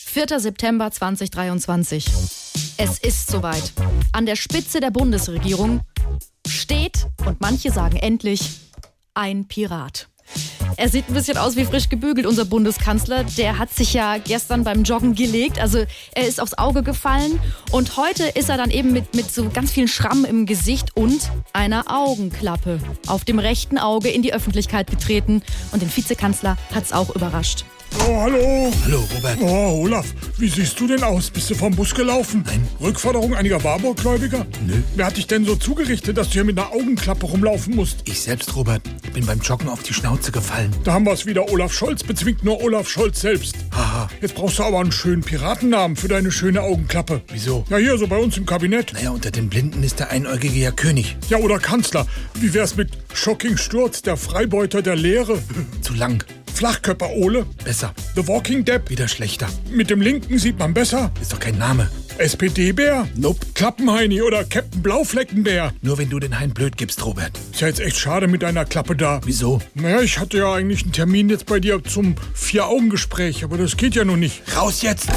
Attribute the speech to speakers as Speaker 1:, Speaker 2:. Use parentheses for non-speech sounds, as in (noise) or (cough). Speaker 1: 4. September 2023. Es ist soweit. An der Spitze der Bundesregierung steht, und manche sagen endlich, ein Pirat. Er sieht ein bisschen aus wie frisch gebügelt, unser Bundeskanzler. Der hat sich ja gestern beim Joggen gelegt. Also er ist aufs Auge gefallen. Und heute ist er dann eben mit, mit so ganz vielen Schrammen im Gesicht und einer Augenklappe auf dem rechten Auge in die Öffentlichkeit getreten. Und den Vizekanzler hat's auch überrascht.
Speaker 2: Oh, hallo.
Speaker 3: Hallo, Robert.
Speaker 2: Oh, Olaf, wie siehst du denn aus? Bist du vom Bus gelaufen?
Speaker 3: Nein.
Speaker 2: Rückforderung einiger Warburg-Gläubiger?
Speaker 3: Nö.
Speaker 2: Wer hat dich denn so zugerichtet, dass du hier mit einer Augenklappe rumlaufen musst?
Speaker 3: Ich selbst, Robert, bin beim Joggen auf die Schnauze gefallen.
Speaker 2: Da haben wir es wieder. Olaf Scholz bezwingt nur Olaf Scholz selbst.
Speaker 3: Haha.
Speaker 2: Jetzt brauchst du aber einen schönen Piratennamen für deine schöne Augenklappe.
Speaker 3: Wieso?
Speaker 2: Na hier, so bei uns im Kabinett.
Speaker 3: Naja, unter den Blinden ist der Einäugige ja König.
Speaker 2: Ja, oder Kanzler. Wie wär's mit Shocking Sturz, der Freibeuter der
Speaker 3: (laughs)
Speaker 2: Lehre?
Speaker 3: Zu lang.
Speaker 2: Flachkörper Ole,
Speaker 3: Besser.
Speaker 2: The Walking Dead.
Speaker 3: Wieder schlechter.
Speaker 2: Mit dem Linken sieht man besser.
Speaker 3: Ist doch kein Name.
Speaker 2: SPD-Bär?
Speaker 3: Nope.
Speaker 2: Klappenheini oder Captain Blaufleckenbär?
Speaker 3: Nur wenn du den Hein blöd gibst, Robert.
Speaker 2: Ist ja jetzt echt schade mit deiner Klappe da.
Speaker 3: Wieso?
Speaker 2: Naja, ich hatte ja eigentlich einen Termin jetzt bei dir zum Vier-Augen-Gespräch, aber das geht ja nun nicht.
Speaker 3: Raus jetzt!